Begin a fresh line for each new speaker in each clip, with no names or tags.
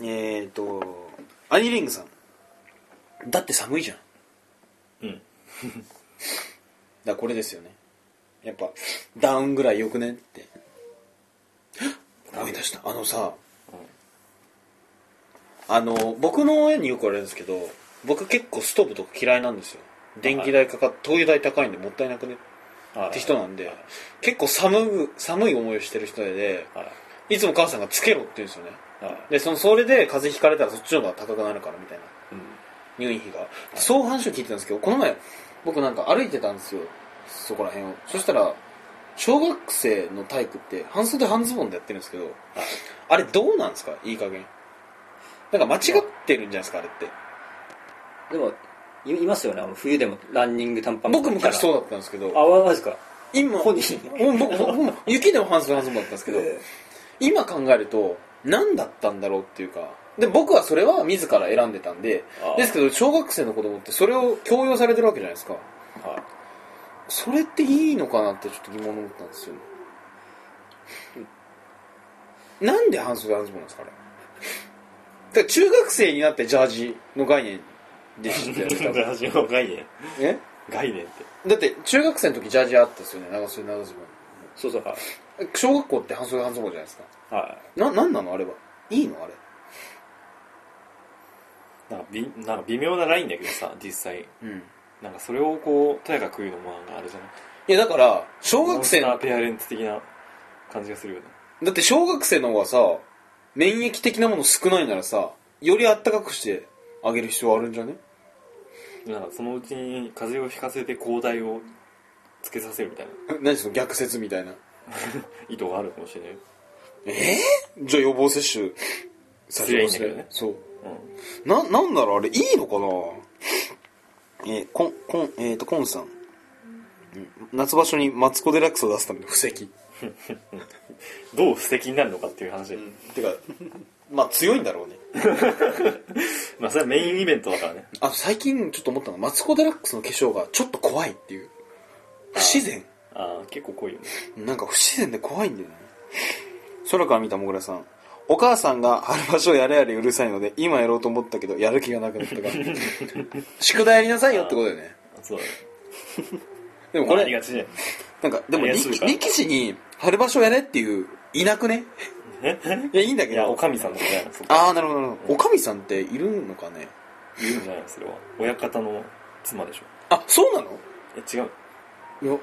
えー、っとアニリングさんだって寒いじゃんだか
うん
らこれですよねやっぱダウンぐらいよくねって思い出したあのさあの僕の親によく言われるんですけど僕結構ストーブとか嫌いなんですよ電気代かかっ灯油代高いんでもったいなくね
はい
って人なんで結構寒ぐ寒い思いをしてる人で
はい
いつも母さんがつけろって言うんですよね
はい
でそのそれで風邪ひかれたらそっちの方が高くなるからみたいな
うん
入院費がそう話を聞いてたんですけどこの前僕なんか歩いてたんですよそこら辺をそしたら小学生の体育って半袖半ズボンでやってるんですけどあれどうなんですかいい加減なんか間違ってるんじゃないですかあれって
でもいいますよねあの冬でもランニング短パン
僕昔そう
う
だったんですけ
あ
ど
わわですか
今
本人
うん僕僕も雪でも半袖半ズボンだったんですけど今考えると何だったんだろうっていうかで僕はそれは自ら選んでたんで
ああ
ですけど小学生の子供ってそれを強要されてるわけじゃないですか
はい
それっていいのかなってちょっと疑問に思ったんですよねなんで半袖半ズボンなんですかあれだから中学生になってジャージの概念で知ってたじゃないですか
私の概念
え
概念って
だって中学生の時ジャージあったですよね長袖長ズボ
そうそうはい
ン小学校って半袖半ズボンじゃないですか
は
ななんなのあれはいいのあれ
いなんかびなんか微妙なラインだけどさ実際
うん
なんかそれをこうとやかく言うのもなんかあれじゃない
いやだから小学生
モンス
の
ターペアレンツ的な感じがするよね
だって小学生の方がさ免疫的なもの少ないならさよりあったかくしてあげる必要あるんじゃね
なんかそのうちに風邪をひかせて抗体をつけさせるみたいな
何その逆説みたいな
意図があるかもしれないよ
えー、じゃあ予防接種さ
すりゃいいんだけどね
そう
うん
ななんだろうあれいいのかなえー、こんこんえー、とコンさんうん夏場所にマツコ・デラックスを出すための布石、
どう素敵になるのかっていう話で、
てかまあ強いんだろうね
まあそれはメインイベントだからね
あと最近ちょっと思ったのがマツコ・デラックスの化粧がちょっと怖いっていう不自然
ああ結構濃いよね
なんか不自然で怖いんだよね空から見たもぐらさんお母さんが春場所やれやれうるさいので今やろうと思ったけどやる気がなくなったから 宿題やりなさいよってことだよね
そうだね
でもこ
こ
れ
れありがちじゃん
なんかでも
ありが
力
ちか
力士に春場所やれっていういなく ねいやいいんだ
い
け
や
ど
おかみさんのことだよそこ
ああなるほどなるほどおかみさんっているのかね
言うんじゃないのそれは親方の妻でしょ
あそうなの
え違う
いやわ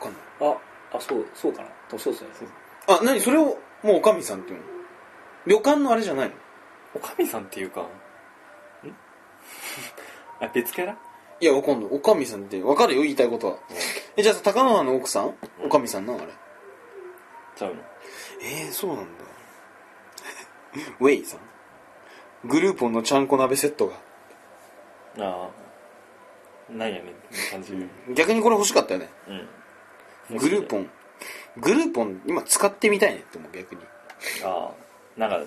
かんない
ああそうそうかな多分そうですね
あ何それをもうおかみさんっていうの旅館のあれじゃないの
おかみさんっていうかん あ別キャラ
いや、わかんない。おかみさんって、わかるよ、言いたいことは。え、じゃあ、高野花の奥さんおかみさんなのあれ。
ちゃうの
えー、そうなんだ。 ウェイさん。グルーポンのちゃんこ鍋セットが。
ああなんやねんって感じ、うん、
逆にこれ欲しかったよね。グルーポ
ン
ン。グルーポン、今使ってみたいねって思う、逆に。
ああなんか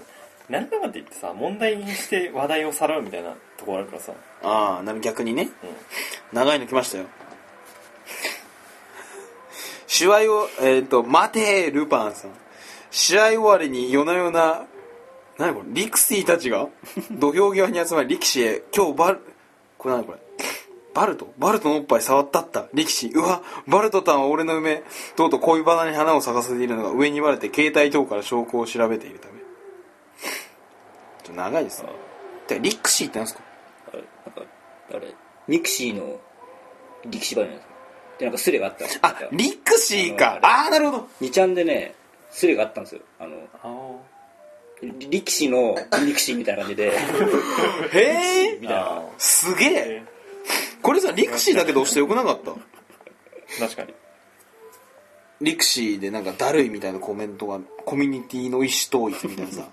なんだかんだ言ってさ問題にして話題をさらうみたいなところあるからさ、
あー、なる逆にね。
うん、
長いの来ましたよ。 試合を、えっ、と、待てー、ルパンさん。試合終わりに夜な夜な、何これ、力士たちが 土俵際に集まり力士へ、今日バル、これ何これ、バルトバルトのおっぱい触ったった、力士。うわ、バルトタンは俺の梅。とうとう恋バナに花を咲かせているのが上にバレて携帯等から証拠を調べているため。ちょっと長いですね。てか、力士って何ですか
あれなんかあれミクシーの力士バージョンですかでなんかスレがあったんですよ
あ、力士か。あー、なるほど。
2ちゃんでねスレがあったんですよあの
ああ
力士の力士みたいな感じ で
へえ
みたいな
すげえ
え
これさリクシーだけど押してよくなかった
確かに
リクシーでなんかだるいみたいなコメントがコミュニティの意思統一みたいなさ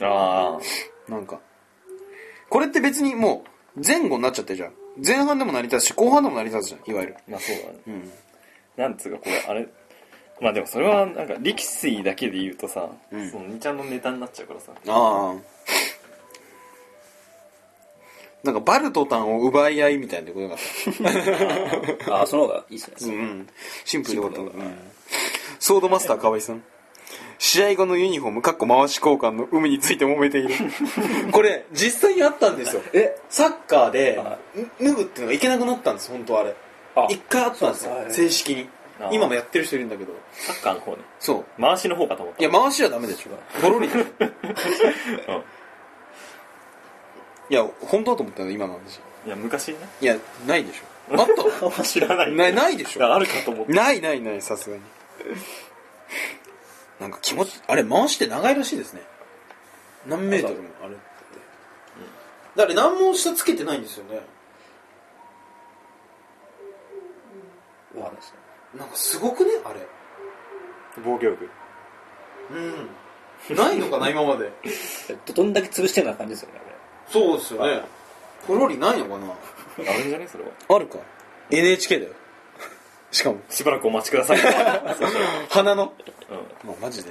あ
なんかこれって別にもう前後になっちゃってるじゃん前半でも成り立つし後半でも成り立つじゃんいわゆる
あまあそうだね、
ん
なんつうかこれあれまあでもそれはなんか力士だけで言うとさ、
ん
その2ちゃんのネタになっちゃうからさ
ああなんかバルトタンを奪い合いみたいなことがあった
ああその方がいいですね
うん、シンプルで終わったのかなソードマスター河合さん試合後のユニフォームかっこ回し交換の有無について揉めている これ実際にあったんですよ
え
サッカーで
は
ぬ脱ぐっていうのがいけなくなったんです本当あれ
あ
一回あったんですよ
そうですね
正式に
あー
今もやってる人いるんだけど
サッカーの方ね
そう
回しの方かと思っ
い
た
や回しはダメでしょゴロリでしょ
うん
いや本当だと思ったの今の話
いや昔ね
いやないでしょあった
あんま知らない
ないないでしょ
あるかと思って
ないないないさすがになんか気持ちあれ回しって長いらしいですね何メートルもあれってだって何も下つけてないんですよね
わかんないですね
なんかすごくねあれ
防御力
うんないのかな今まで
えっとどんだけ潰してるような感じですよね
そうですよねポロリないのかな
あるんじゃねそれは
あるか NHK だよ しかも
しばらくお待ちくださいそうそう
鼻の
うん
まあマジで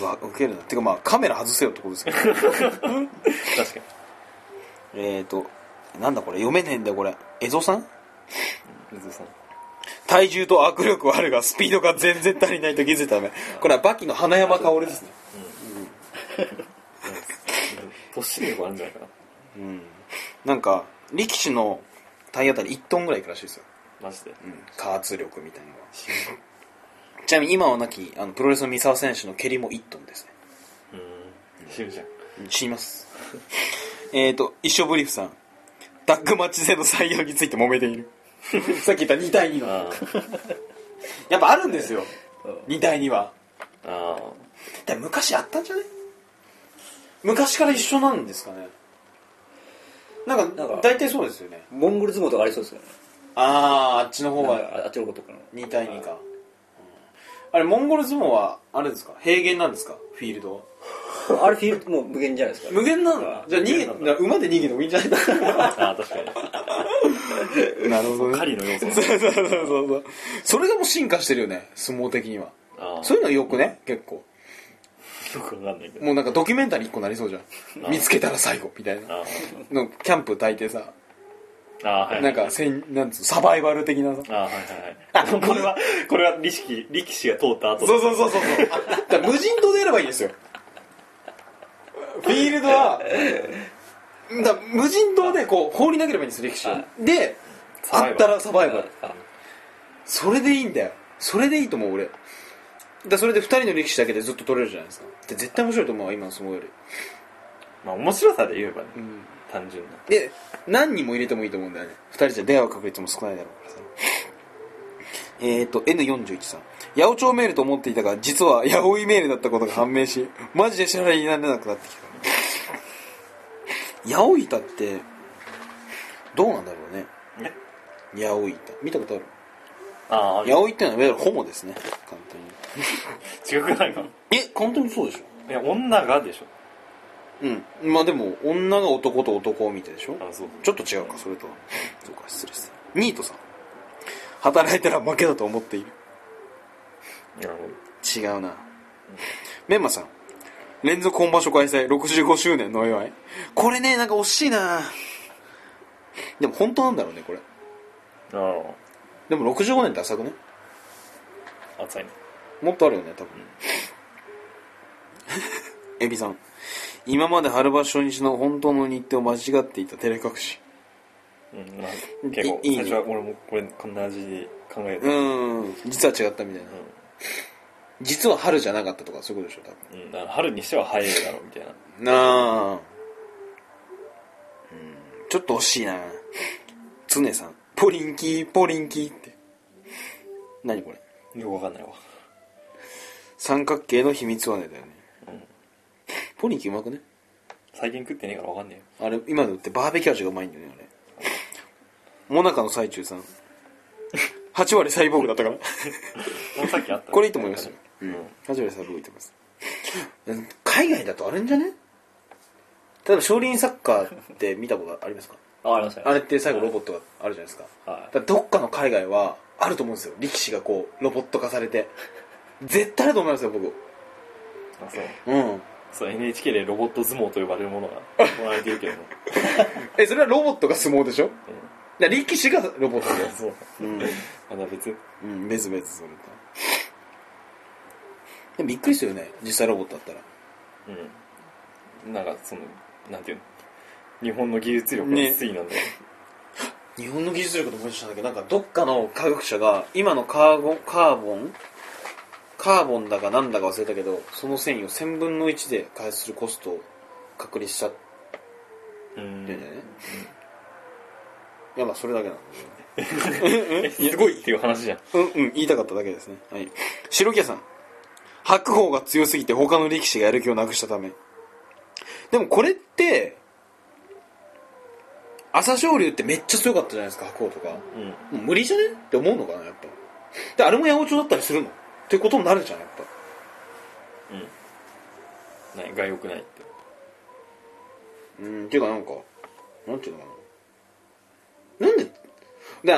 うわウケるなてかまあカメラ外せよってこと ですけど
確か
えーとなんだこれ読めねえんだよこれ江戸さん
に水尾さん
体重と握力はあるがスピードが全然足りないと気づいたためこれはバキの花山薫ですね
年でもあるんじゃないかな
うんなんか力士の体当たり1トンぐらいいくらしいですよ、
マジで
うん、加圧力みたいなのはちなみに今はなきあのプロレスの三沢選手の蹴りも1トンですね
うん死ぬじゃん
死にます えっと一生ブリーフさんダッグマッチでの採用について揉めている さっき言った2対2の
あ
やっぱあるんですよ
うん
2対2は
ああ
だから昔あったんじゃない昔から一緒なんですかねなんか
なんか
大体そうですよね
モンゴル相撲とかありそうですよね
あああっちの方
なん
は
かあっちのことかな
2対2か、うんあれモンゴル相撲はあれですか平原なんですかフィールドは
あれフィールドもう無限じゃないですか
無限なんだ
あー
じゃあ逃げ
無限なんだ
じゃあ馬で逃げてもいいんじゃないですか
ああ確か
なるほど
に
ね
狩りの要素
そうそうそうそうそうそれがもう進化してるよね相撲的には
ああ
そういうのよくね結構
よくわかんないけど
もうなんかドキュメンタリー1個なりそうじゃ
あ
ん見つけたら最後みたいな
あ
のキャンプ炊いてさ
あああはい
なんかせんなんつうサバイバル的なさ
ああはいはいはいこれはこれは力士力士が通った後
そうそうそうそうそうだから無人島でやればいいんですよフィールドはだから無人島でこう放り投げればいいんですよ力士を
は
で
サバ
あ
イバル
ったらサバイバル
あ
それでいいんだよそれでいいと思う俺だそれで2人の力士だけでずっと取れるじゃないですかで絶対面白いと思うわ今の相撲より、
まあ面白さで言えばね
うん、
単純な
で何人も入れてもいいと思うんだよね2人じゃ出会う確率も少ないだろうからさえっと N41 さん八百長メールと思っていたが実は八百井メールだったことが判明しマジで知らないになれなくなってきた八百板ってどうなんだろうね
ね
八百板見たことある
ああ
八百井ってのはいわゆるホモですね簡単に
違くないか
え簡単にそうでしょ
いや女がでしょ
うんまあでも女が男と男を見てでしょ
あそう
ちょっと違うかそれとは そうか失礼したニートさん働いたら負けだと思っている
なるほ
違うなメンマさん連続本場所開催65周年のお祝いこれねなんか惜しいなでも本当なんだろうねこれ
どあ
でも65年って浅くね
あ熱いね
もっとあるよね多分エビさん今まで春場所初日の本当の日程を間違っていた照れ隠し
うんまあ結構
いいい
最
ね
初は俺もこれこんな味で考えて
うーん実は違ったみたいな、実は春じゃなかったとかそういうことでしょ多分
うんだから春にしては早いだろうみたい
な
な
あうんちょっと惜しいな常さんポリンキーポリンキーって何これ
よくわかんないわ
三角形の秘密はねだよね、ポリンキーうまくね
最近食ってねえからわかんね
あれ今のってバーベキュー味がうまいんだよねあれモナカの最中さん8割サイボーグだったから
えよもうさっきあったね
これいいと思いますよ、う
うんん、
初めてサブを置いてますうん海外だとあるんじゃね例えば少林サッカーって見たことありますか
あありますね
あれって最後ロボットがあるじゃないですか
は
だからどっかの海外はあると思うんですよ力士がこうロボット化されて絶対あると思いますよ僕
あそう
うん
そう NHK でロボット相撲と呼ばれるものが行われてるけども、
えそれはロボットが相撲でしょだから力士がロボット
うん、
で
そう
うん
まだ別
うん別々それとでもびっくりするよね実際ロボットだったら
うんなんかそのなんていうの日本の技術力の推移なんだよ、
日本の技術力と思い出したんだけどなんかどっかの科学者が今のカーボンカーボンカーボンだかなんだか忘れたけどその繊維を1000分の1で開発するコストを確立したって
うん
言うんだよね、いやまあそれだけなんだけど
え すごいっていう話じゃん
うんうん、言いたかっただけですね。はい。白木屋さん。白鵬が強すぎて他の力士がやる気をなくしたため。でもこれって、朝青龍ってめっちゃ強かったじゃないですか、白鵬とか。
うん
もう無理じゃねって思うのかな、やっぱ。で、あれも八百長だったりするのってことになるじゃん、やっぱ。
ないが良くないって
うん、ていうかなんか、なんていうのかな。なんで、だか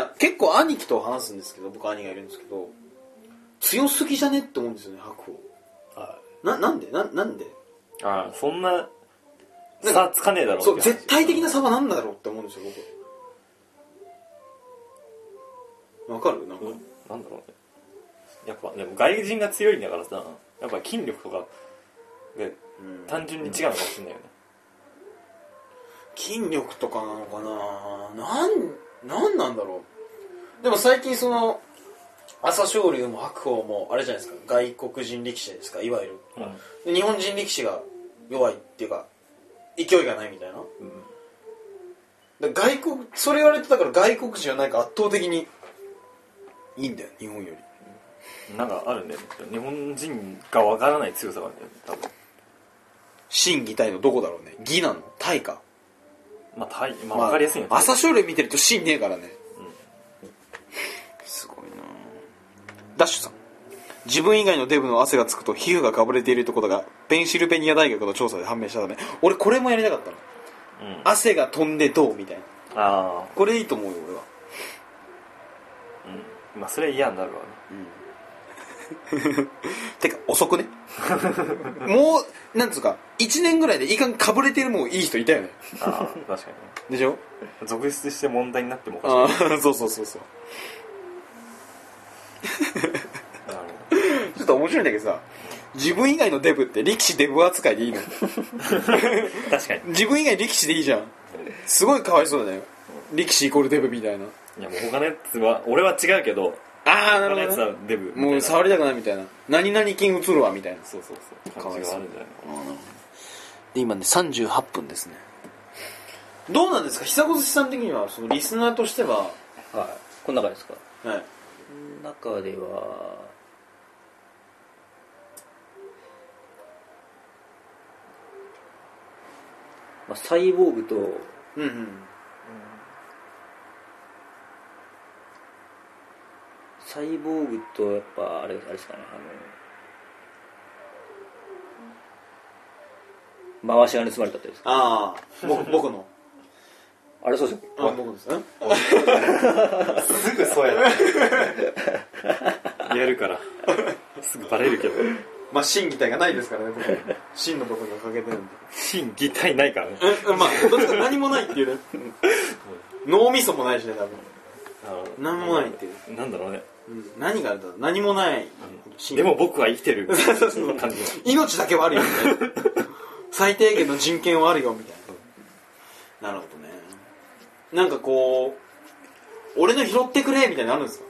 ら結構兄貴と話すんですけど、僕兄がいるんですけど、強すぎじゃねって思うんですよね、白鵬。
あ
な、なんでな、なんで
あそんな差つかねえだろ
そう
って話
絶対的な差は何だろうって思うんですよ僕わかるなんか、
うんなんだろうねやっぱでも外人が強いんだからさやっぱ筋力とかで
うん
単純に違うのかもしれないよね、
筋力とかなのかななんなんなんだろうでも最近その朝青龍も白鵬もあれじゃないですか外国人力士ですかいわゆる
うん
で日本人力士が弱いっていうか勢いがないみたいなで外国それ言われてたから外国人はなんか圧倒的にいいんだよ日本より
なんかあるんだよね日本人がわからない強さがあるんだよね多分
真偽体のどこだろうね偽なのタイか
まあ大まあわかりやすいよね、
朝青龍見てると芯ねえからね、すごいなダッシュさん自分以外のデブの汗がつくと皮膚がかぶれているところがペンシルベニア大学の調査で判明したため俺これもやりたかったの
うん、あ
汗が飛んでどうみたいな
あ
これいいと思うよ俺は
うんまあそれは嫌になるわね
てか遅くね もうなんつうか1年ぐらいでいいかんかぶれてるもういい人いたよね
ああ確かにね
でしょ
続出して問題になってもおかし
ああそうそうそうそう
くないなるほ
ちょっと面白いんだけどさ自分以外のデブって力士デブ扱いでいいの
ど確かに
自分以外力士でいいじゃんすごいかわいそうだよ力士イコールデブみたいない
やもう他のやつは俺は違うけど
ああ
他
な
のや
るほ
つ
ど、
は
ね、
デブみたいな
もう触りたくないみたいな何々金映るわみたいな
そうそうそう感じがあるんじゃないの
で今ね38分ですねどうなんですか久越さん的にはそのリスナーとしては
はいこの中ですか
はい
この中ではまあ、サイボーグと
うんうん
サイボーグとやっぱあれあれですかねあの回しが盗まれたってやつですか
ああ僕僕の
あれそうですよ
あ僕ですね
すぐそうやなやるからすぐバレるけど
まあ真擬体がないですからね僕真の部分が欠けてるんで
真擬体ないからね
えまあどっちか何もないっていうね 脳みそもないしね多分なんもないっていう
なんだろうね
うん何があるんだろう何もない
でも僕は生きてる
そうそうそう
感じの
命だけはあるよね 最低限の人権はあるよみたいななるほどねなんかこう俺の拾ってくれみたいなのあるんですか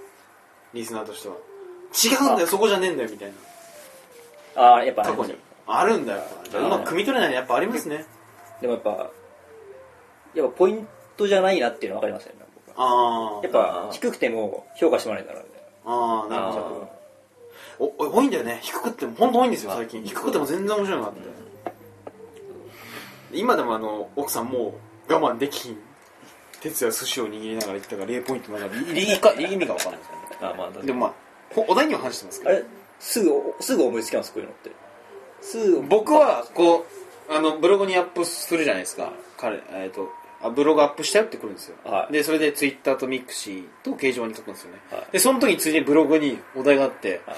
リスナーとしては違うんだよそこじゃねえんだよみたいな
ああやっぱあれ
過去にあるんだよやっぱうまく汲み取れないのやっぱありますね
でもやっぱやっぱポイントじゃないなっていうのは分かりますよね僕
あ
はやっ
ー
ぱ低くても評価してもらえたらみたい
あーなるほ
な
ど
あー
おお多いんだよね低くっても本当多いんですよ最近
あ
低くても全然面白いなって、今でもあの奥さんもう我慢できひん哲也寿司を握りながら言ったから0ポイントながらいいか意味が分かんないですよね
あまあ確かに
でもまあほお題には話してますけ
あ
ど
れすぐすぐ思いつきますこういうのってすぐ
僕はこうあのブログにアップするじゃないですか彼えっ、とあブログアップしたよってくるんですよ、
はい
でそれでツイッターとミクシーと掲示板に書くんですよね、
はい
でその時についでにブログにお題があって、
はい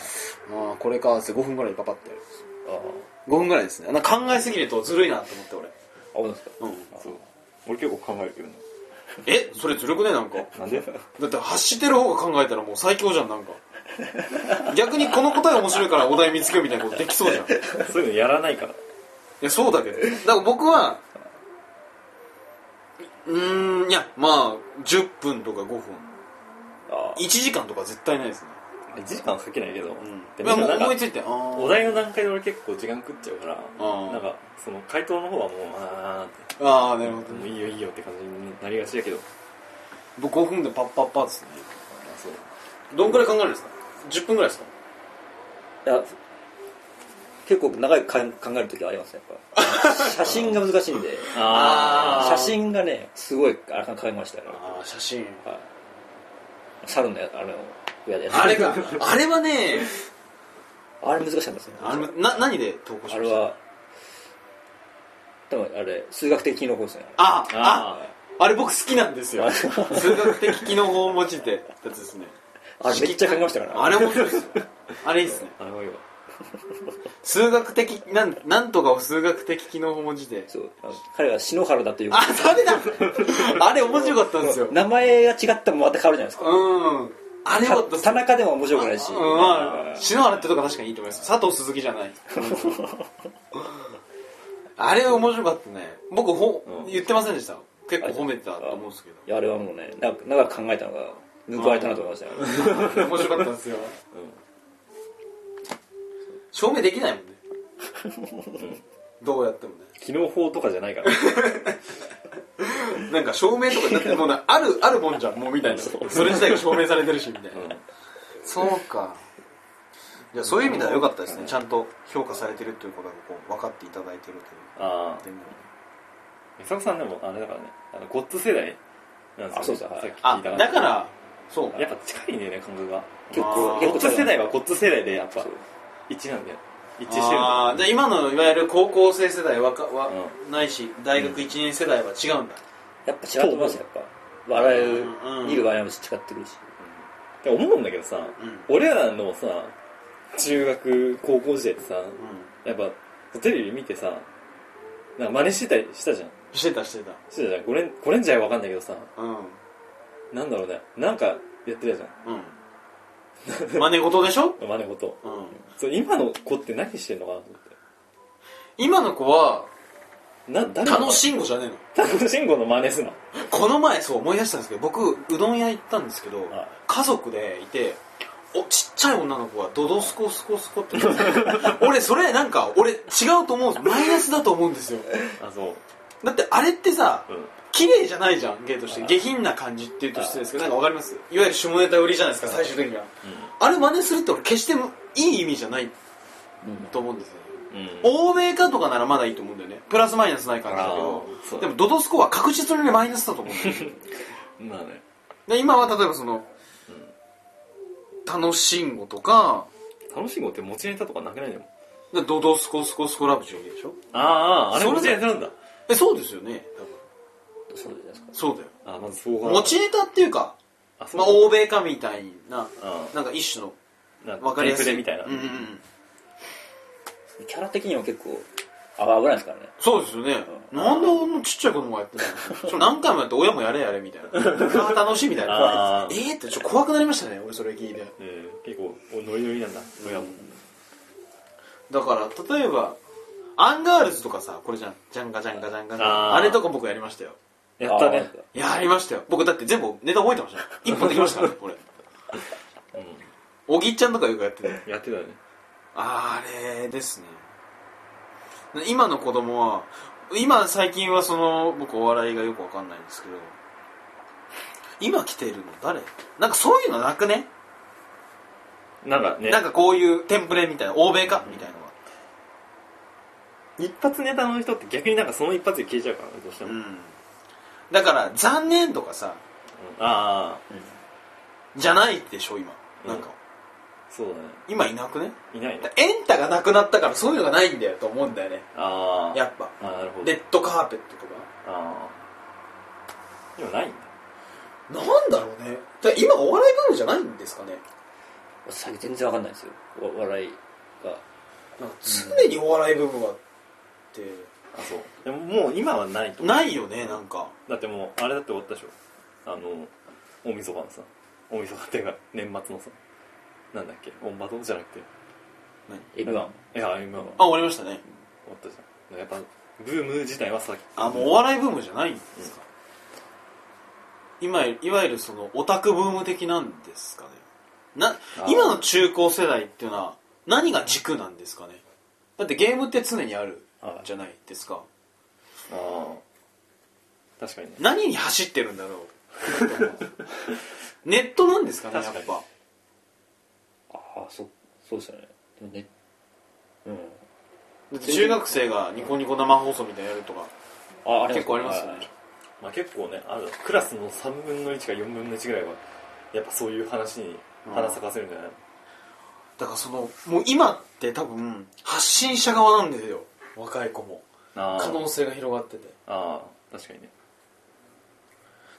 ああこれかっつって5分ぐらいでパパってやる
ああ
5分ぐらいですねなんか考えすぎるとずるいなと思って俺
あ思うんですか
うん
そう俺結構考えるけどね
えそれずるくねなんか
なんで
だって発してる方が考えたらもう最強じゃんなんか逆にこの答え面白いからお題見つけようみたいなことできそうじゃんい
そういうのやらないから
やそうだけどだから僕はうーんいやまあ10分とか5分
あ
1時間とか絶対ないですね
1時間はかけないけど、で
いや
も
もう
なんか
思いついてあー
お題の段階で俺結構時間食っちゃうから
ー
なんかその回答の方はもうあーっ
ああなるほど
てもういいよいいよって感じになりがちだけど
僕5分でパッパッパですね
あそう
どんくらい考えるんですか10分ぐらいですか
いや結構長いかん考える時ありますねやっ ぱ写真が難しいんで
あー
写真がねすごいあれ考えましたよ、
ああ写真
はい、猿のやあの親で
あれかあれはね
あれ難しかったですね
あれな何で投稿し
あ
ま
れ
した
は多分あれ数学的機能法ですね
あああ
あ
れ僕好きなんですよ数学的機能法を用いてやつですね
あれめっちゃ考えましたから
あれ面白いですよあれいいですね
あれはよ
数学的なんなんとかを数学的機能法を用いて
そうあの彼は篠原だという
あ誰だあれ面白かったんですよ
名前が違ってもまた変わるじゃないですか
うんあれは
た田中でも面白くないし、
うんまあ、篠原ってとか確かにいいと思います佐藤鈴木じゃないあれ面白かったね僕ほ、
うん
言ってませんでした結構褒めてたと思うんですけ
いやあれはもうね長く長く考えたのが報われたなと思いましたよ
ど面白かったんですよ証明できないもんねどうやってもね
機能法とかじゃな いから
なんか証明とかだってもうなあるあるもんじゃんもうみたいなそれ自体が証明されてるしみたいな、
ん
そうかじゃあそういう意味では良かったですねちゃんと評価されてるっていうことがこう分かっていただいてるという
ああ
点でも
美咲さんでもあれだからねあのゴッツ世代なん
あ
です
そうそ
よさ
う
っき聞い
あ
た
だからそう
やっぱ近いね感覚が
結
あー
構
ゴ
結
ッ
構
ツ世代はゴッツ世代でやっぱ
そう
一致なんだよ一致してるんだよ
ああじゃあ今のいわゆる高校生世代はかは、
う
ないし大学1年世代は違うんだ、
やっぱ違うと思いますよやっぱ笑う
うん
見る笑いも違ってくるし
で思うんだけどさ、
ん
俺らのさ中学高校時代ってさ
うん
やっぱテレビ見てさなんか真似してたりしたじゃん
してたしてた
してたじゃん5年5年じゃわかんないけどさ
うんう
なんだろうねなんかやってたじゃ
ん真似事でしょ、
ん真似事
うん、
そう今の子って何してんのかなと思って
今の子は
な誰
楽しんごじゃねえの
楽しんごの真似すな
この前そう思い出したんですけど僕うどん屋行ったんですけど
あ
家族でいておちっちゃい女の子がドドスコスコスコって 言ってた俺それなんか俺違うと思うんですマイナスだと思うんですよ
あそう
だってあれってさ、
うん
綺麗じゃないじゃん芸として下品な感じっていうと失礼ですけどなんかわかりますいわゆる下ネタ売りじゃないですか最終的には、あれ真似するって俺決していい意味じゃないと思うんですよね、
うん
欧米化とかならまだいいと思うんだよねプラスマイナスない感じだ
あー
け
そ
ど
う
でもドドスコは確実にマイナスだと思うんだよ
まあね
で今は例えばその、楽しんごとか
楽しんごって持ちネタとかなくないの
でドドスコスコスコラブジュリーでしょ
ああああれ
そ
持
れ
ち
で
ネタなんだ
えそうですよね多分
そうじゃないですか
そうだよ
あまずそうか
持ちネタっていうか、
あそう
まあ、欧米化みたいな
うん
なんか一種の
なん
わかりやすい
テンプレみたいな、
うんうんうん、
キャラ的にも結構あ危ないですからね
そうですよね、なんであんなちっちゃい子供がやってんのそれ何回もやって親もやれやれみたい なああ楽しいみたいな
あー
えーってちょっと怖くなりましたね俺それ聞いて
えー、結構おノリノリなんだ親も、
だから例えばアンガールズとかさこれじゃんジャンガジャンガジャンガジャンガ
あー
あれとか僕やりましたよ
やったね
あ
いややりましたよ僕だって全部ネタ覚えてましたよ一本できま したからこれおぎっちゃんとかよくやってたよ
やってたね
あれですね今の子供は今最近はその僕お笑いがよくわかんないんですけど今来ているの誰なんかそういうのなくね
なんかね
なんかこういうテンプレみたいな欧米化みたいなのは
一発ネタの人って逆になんかその一発で消えちゃうからねどうしても、
う
うん
んだから残念とかさ
ああ
じゃないでしょ今なんか、
そうだね
今いなくね
いない
だ
ね
エンタがなくなったからそういうのがないんだよと思うんだよね
ああ
やっぱ
あーなるほど
レッドカーペットとか
ああ今ないんだ
なんだろうねだから今お笑いブームじゃないんですかね
最近全然わかんないですよお笑いが
なんか常にお笑い部分はって
あそうでももう今はないと思
ないよねなんか
うだってもうあれだって終わったでしょあの大晦日のさ大晦日っていうか年末のさなんだっけオンバトじゃなくて
エビワン
いや今は終
あ終わりましたね
わったじゃんやっぱブーム自体はさっき
あもうお笑いブームじゃないんですか、今いわゆるそのオタクブーム的なんですかねな
あー
今の中高世代っていうのは何が軸なんですかねだってゲームって常にある
はい
じゃないですか
ああ確かにね
何に走ってるんだ ろうネットなんですかねやっ
確か
ぱ
に
ああそそうですよねでもねうん
だって中学生がニコニコ生放送みたいなのやるとか
ああ
結構ありますよね
まあ結構ねあるクラスの3分の1か4分の1ぐらいはやっぱそういう話に花咲かせるんじゃない
だからそのもう今って多分発信者側なんですよ若い子も
あ
可能性が広がってて
ああ確かにね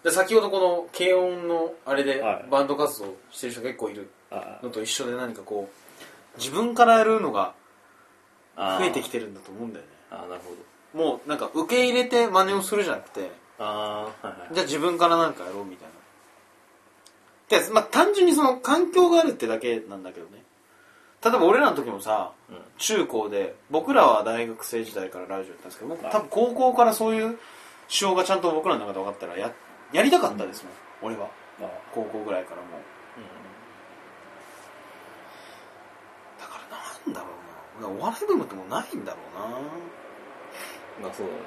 で先ほどこの軽音のあれで
はい
バンド活動してる人結構いる
あ
のと一緒で何かこう自分からやるのが
ああ
増えてきてるんだと思うんだよね
ああなるほど
もうなんか受け入れて真似をするじゃなくて
ああはいはい
じゃあ自分からなんかやろうみたいなでまあ単純にその環境があるってだけなんだけどね例えば俺らの時もさ
うん
中高で僕らは大学生時代からラジオやったんですけど僕多分高校からそういう手法がちゃんと僕らの中で分かったらややりたかったですもん、俺は
あ
高校ぐらいからもう
う
だからなんだろうな俺お笑いブームってもうないんだろうなん
まあそうだね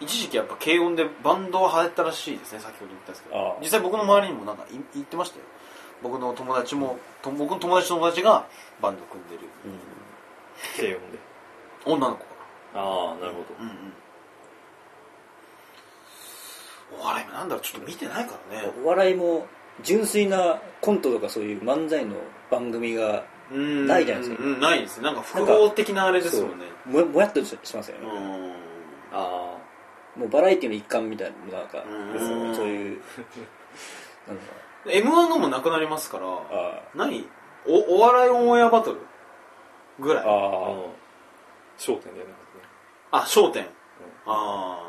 一時期やっぱ軽音でバンドは流行ったらしいですね先ほど言ったんですけ
あ
ど
あ
実際僕の周りにもなんかい言ってましたよ僕の友達もと僕の友達の友達がバンド組んでる
うん
軽音で
女の子が
ああなるほど
うんうんお笑いもなんだろうちょっと見てないからね
お笑いも純粋なコントとかそういう漫才の番組が
うん
ないじゃないですか
うんないですねなんか複合的なあれですもんね
そうももやっとししますよ
う
ね、
ん
あ
もうバラエティの一環みたいななんか
うん
ですよねそういうなんか
m 1がもうなくなりますから
あ
何おお笑いオンエアバトルぐら
あ
いあ
ああ
あ
の焦点だよね
焦点ああ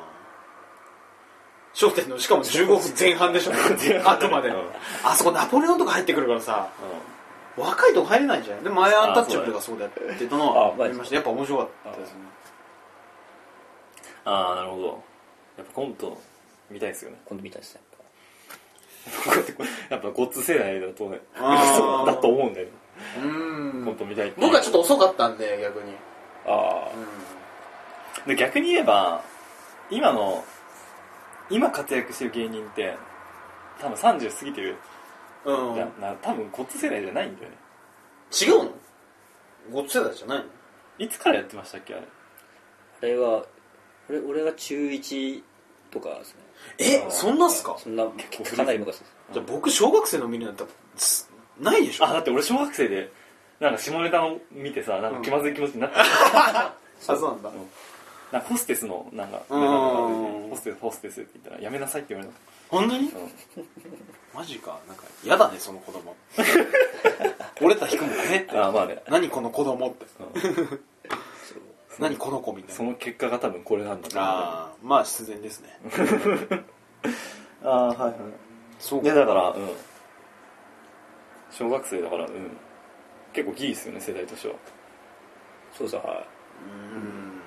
焦点のしかも15分前半でしょあくまで
うん
あそこナポレオンとか入ってくるからさ若いとこ入れないんじゃないでも前アンタッチャブルがそうだってたのは
あそうだね
ありましたやっぱ面白かったですね
ああなるほどやっぱコント見たい ですよね
今度見たいですね
やっぱゴッツ世代だとね
あー
だと思うんだよね
うん
コント見たいって
僕はちょっと遅かったんで逆に
ああ
で逆に言えば今の今活躍してる芸人って多分30過ぎてる、
うん、うん、
なな多分こっち世代じゃないんだよね
違うのごっつ世代じゃないの
いつからやってましたっけあれ
あれは俺俺が中1とかですね
えそんなっすか
そんな
構古い
かなり昔です
じゃあ僕小学生の見るなんてつないでしょ
あだって俺小学生でなんか下ネタを見てさなんか気まずい気持ちになって、
あそうなんだ
なんかホステスのなんか
うん
ホステスホステスって言ったらやめなさいって言われ
本当に
た、うん
マジかなんか嫌だねその子供 俺たちくもんねって
ああまあね、
何この子供って
うん
何この子みた
そ
いな
の結果が多分これなんだあ
ああまあ必然ですね
あはいはい
そう
いやだからうん小学生だからうん結構ギリっすよね世代としては
そうさは
うん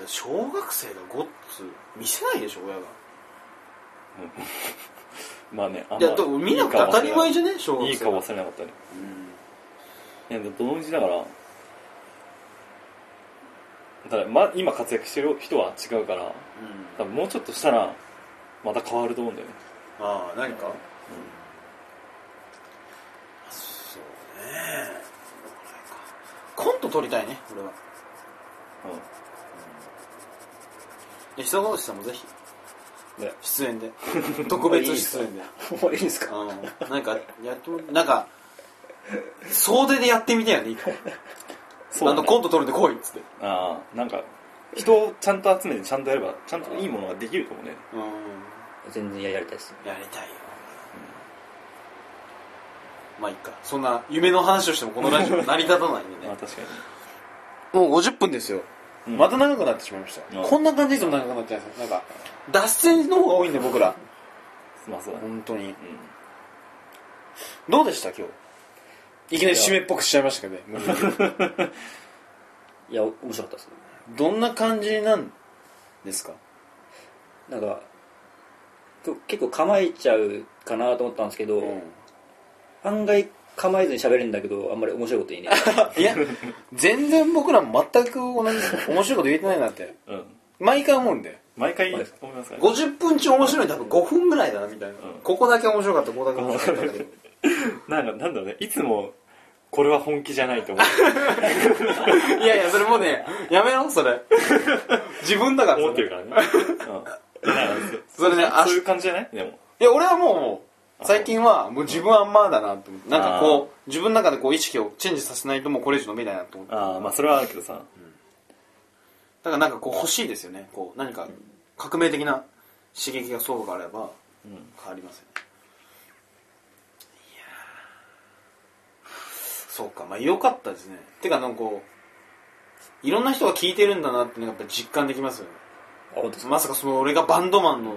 だ小学生がごっつ見せないでしょ親が
まあねあん
いやでも見なくて当たり前じ
ゃ
ゃね小学生
いい顔忘れなかったね
うん
いやどのうちだからただま、今活躍してる人は違うから
うん
多分もうちょっとしたらまた変わると思うんだよね
ああ何か、そうねコント撮りたいね俺はいや久越さんもぜひ
いね
出演で特別出 演で
もういいんですか
うんなんかやってもなんか総出でやってみたいよね一 個
そう
あ
だね
のコント撮るんで来いっつって
うんああなんか人をちゃんと集めてちゃんとやればちゃんといいものができると思うね
うん
全然ややりたいですね
やりたいよ、まあいいかそんな夢の話をしてもこのラジオ成り立たないんで
まあ
ね
確か に
もう50分ですよ、
うん
また長くなってしまいました、
うん
こんな感じでいつも長くなっちゃうんですよなんか脱線の方が多いんで僕ら
まあそうだね
本当に
うん
どうでした今日いきなり締めっぽくしちゃいましたけどね無理 やり
いや面白かったですね
どんな感じなんですか
なんかこう結構構えちゃうかなと思ったんですけど、案外構えずに喋るんだけどあんまり面白いこと言えねえ
いや全然僕らも全く同じ面白いこと言えてないなって
うん
毎回思うんで
毎回思いますからね
50分中面白いの多分5分ぐらいだなみたいな、
うん
ここだけ面白かったここだけ面白か ったけど
なんかなんだろうねいつもこれは本気じゃないと思う
いやいやそれもうねやめろそれ 自分だから
思ってる からね、うん、なんか
それねあ
そういう感じじゃないでも
いや俺はもう最近はもう自分はあんまだなと思ってなんかこう自分の中でこう意識をチェンジさせないともうこれ以上飲めないなと思ってだか
ああまあそれはあるけどさ
らなんかこう欲しいですよねこう何か革命的な刺激が相互があれば
うん
変わりますよねいやーそうかまあ良かったですねてかなんかこういろんな人が聞いてるんだなっていうのがやっぱ実感できますよね
あ本当ですか
まさかその俺がバンドマンの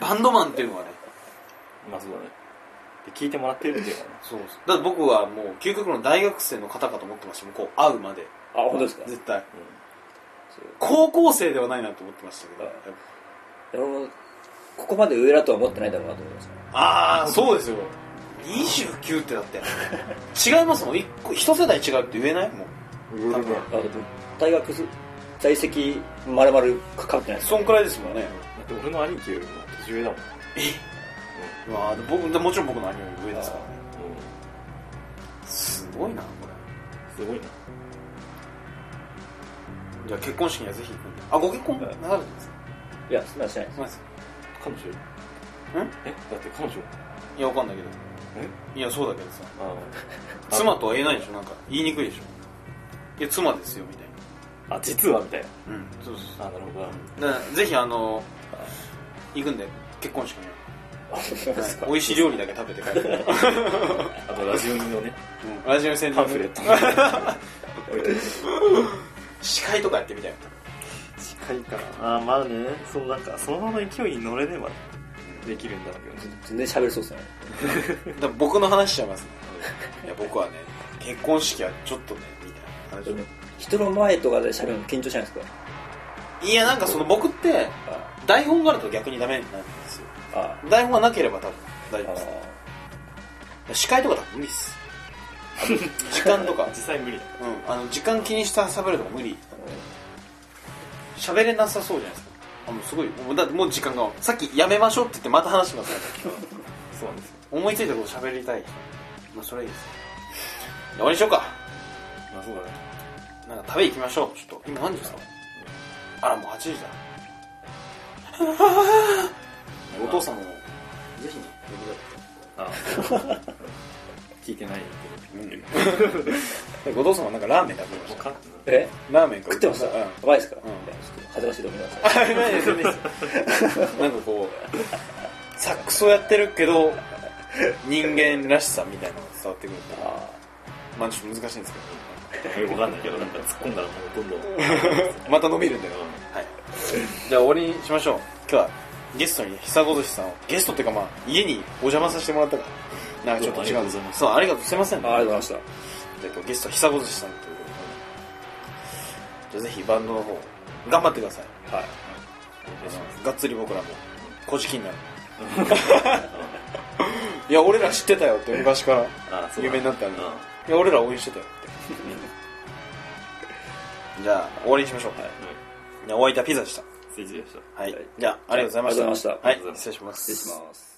バンドマンっていうのはね
まあそうだねで聞いてもらってるっていうかね
そうそうだって僕はもう究極の大学生の方かと思ってましたもうこう会うまで
あ本当ですか
絶対
そう
高校生ではないなと思ってましたけど
あ俺もここまで上だとは思ってないだろうなと思います
ああそうですよ29ってだって違いますもん一個一世代違うって言えないもう多分
あでも大学す在籍まるまるかかってないです
そんくらいですもんね
だって俺の兄貴よりも年上だもん、
えまあ僕でもちろん僕の兄より上ですからね
う
すごいなこ
ん、すごいな
れじゃあ結婚式にはぜひ行くんであご結婚なされてるんですか
いやそんなのしないです
そうなんです
彼女んえだって彼女
いやわかんないけど
え
いやそうだけどさ
ああ
妻とは言えないでしょなんか言いにくいでしょいや妻ですよみたいな
あ実はみたいな
うんそうそうそ
あなるほど
うだからぜひあの行くんで結婚式に
あそうですか
美味しい料理だけ食べて帰る
あとラジオの ね
うんラジオ戦
パンフレット置いといて
司会とかやってみたい
近いかなあーまあねそうなんかそのまま勢いに乗れねばできるんだろうけどね
全然喋れそうですね
だから僕の話しちゃいますねいや僕はね結婚式はちょっとねみたいな話を
人の前とかで喋るの緊張しないですか
いやなんかその僕って
あ
台本があると逆にダメなんですよ
あ
台本がなければ多分大丈夫です
あ
司会とか多分無理です時間と か
実際無理だ
うん、あの時間気にして喋るとか無理喋れなさそうじゃないですかあもうすごいもうだってもう時間がさっきやめましょうって言ってまた話しますから
そうなんですよ
思いついたこと喋りたいまあそれはいいです終わりにしようか
まあそうだね
なんか食べ行きましょうちょっと今何時ですかあらもう8時だお父さんもぜひね
あ聞いてない
呼びたいお父さんはなんかラーメン食べま
もう
した
か
え
ラーメンか
食ってました
うん
やばいですか
うん
いやちょっと恥ずかしいと思います
あいやいや全然いいですよなんかこうサックスをやってるけど人間らしさみたいなのが伝わってくるんで
あ
まあちょっと難しいんです
よくわかんないけどなんか突っ込んだらもうどんど ん
けどまた伸びるんだよ、はい、じゃあ終わりにしましょう今日はゲストに久ごとしさんをゲストっていうかまあ家にお邪魔させてもらったからなんかちょっと違うんです
どうもありがとうございます
そうありがとうすいません
あありがとうございまし
じ
た
ゃあ今日ゲスト久ごとしさんということでじゃあぜひバンドの方頑張ってください
はい
がっつり僕らもこじきになるいや俺ら知ってたよって昔から
あそうだ
有名になったんだ
うん
いや俺ら応援してたよってじゃあ終わりにしましょう、はい、じゃあお相手はピザでした
うんスイッチでした
はい、じゃあありがとうございました
ありがとうござい
はい
ました
失礼します
失礼します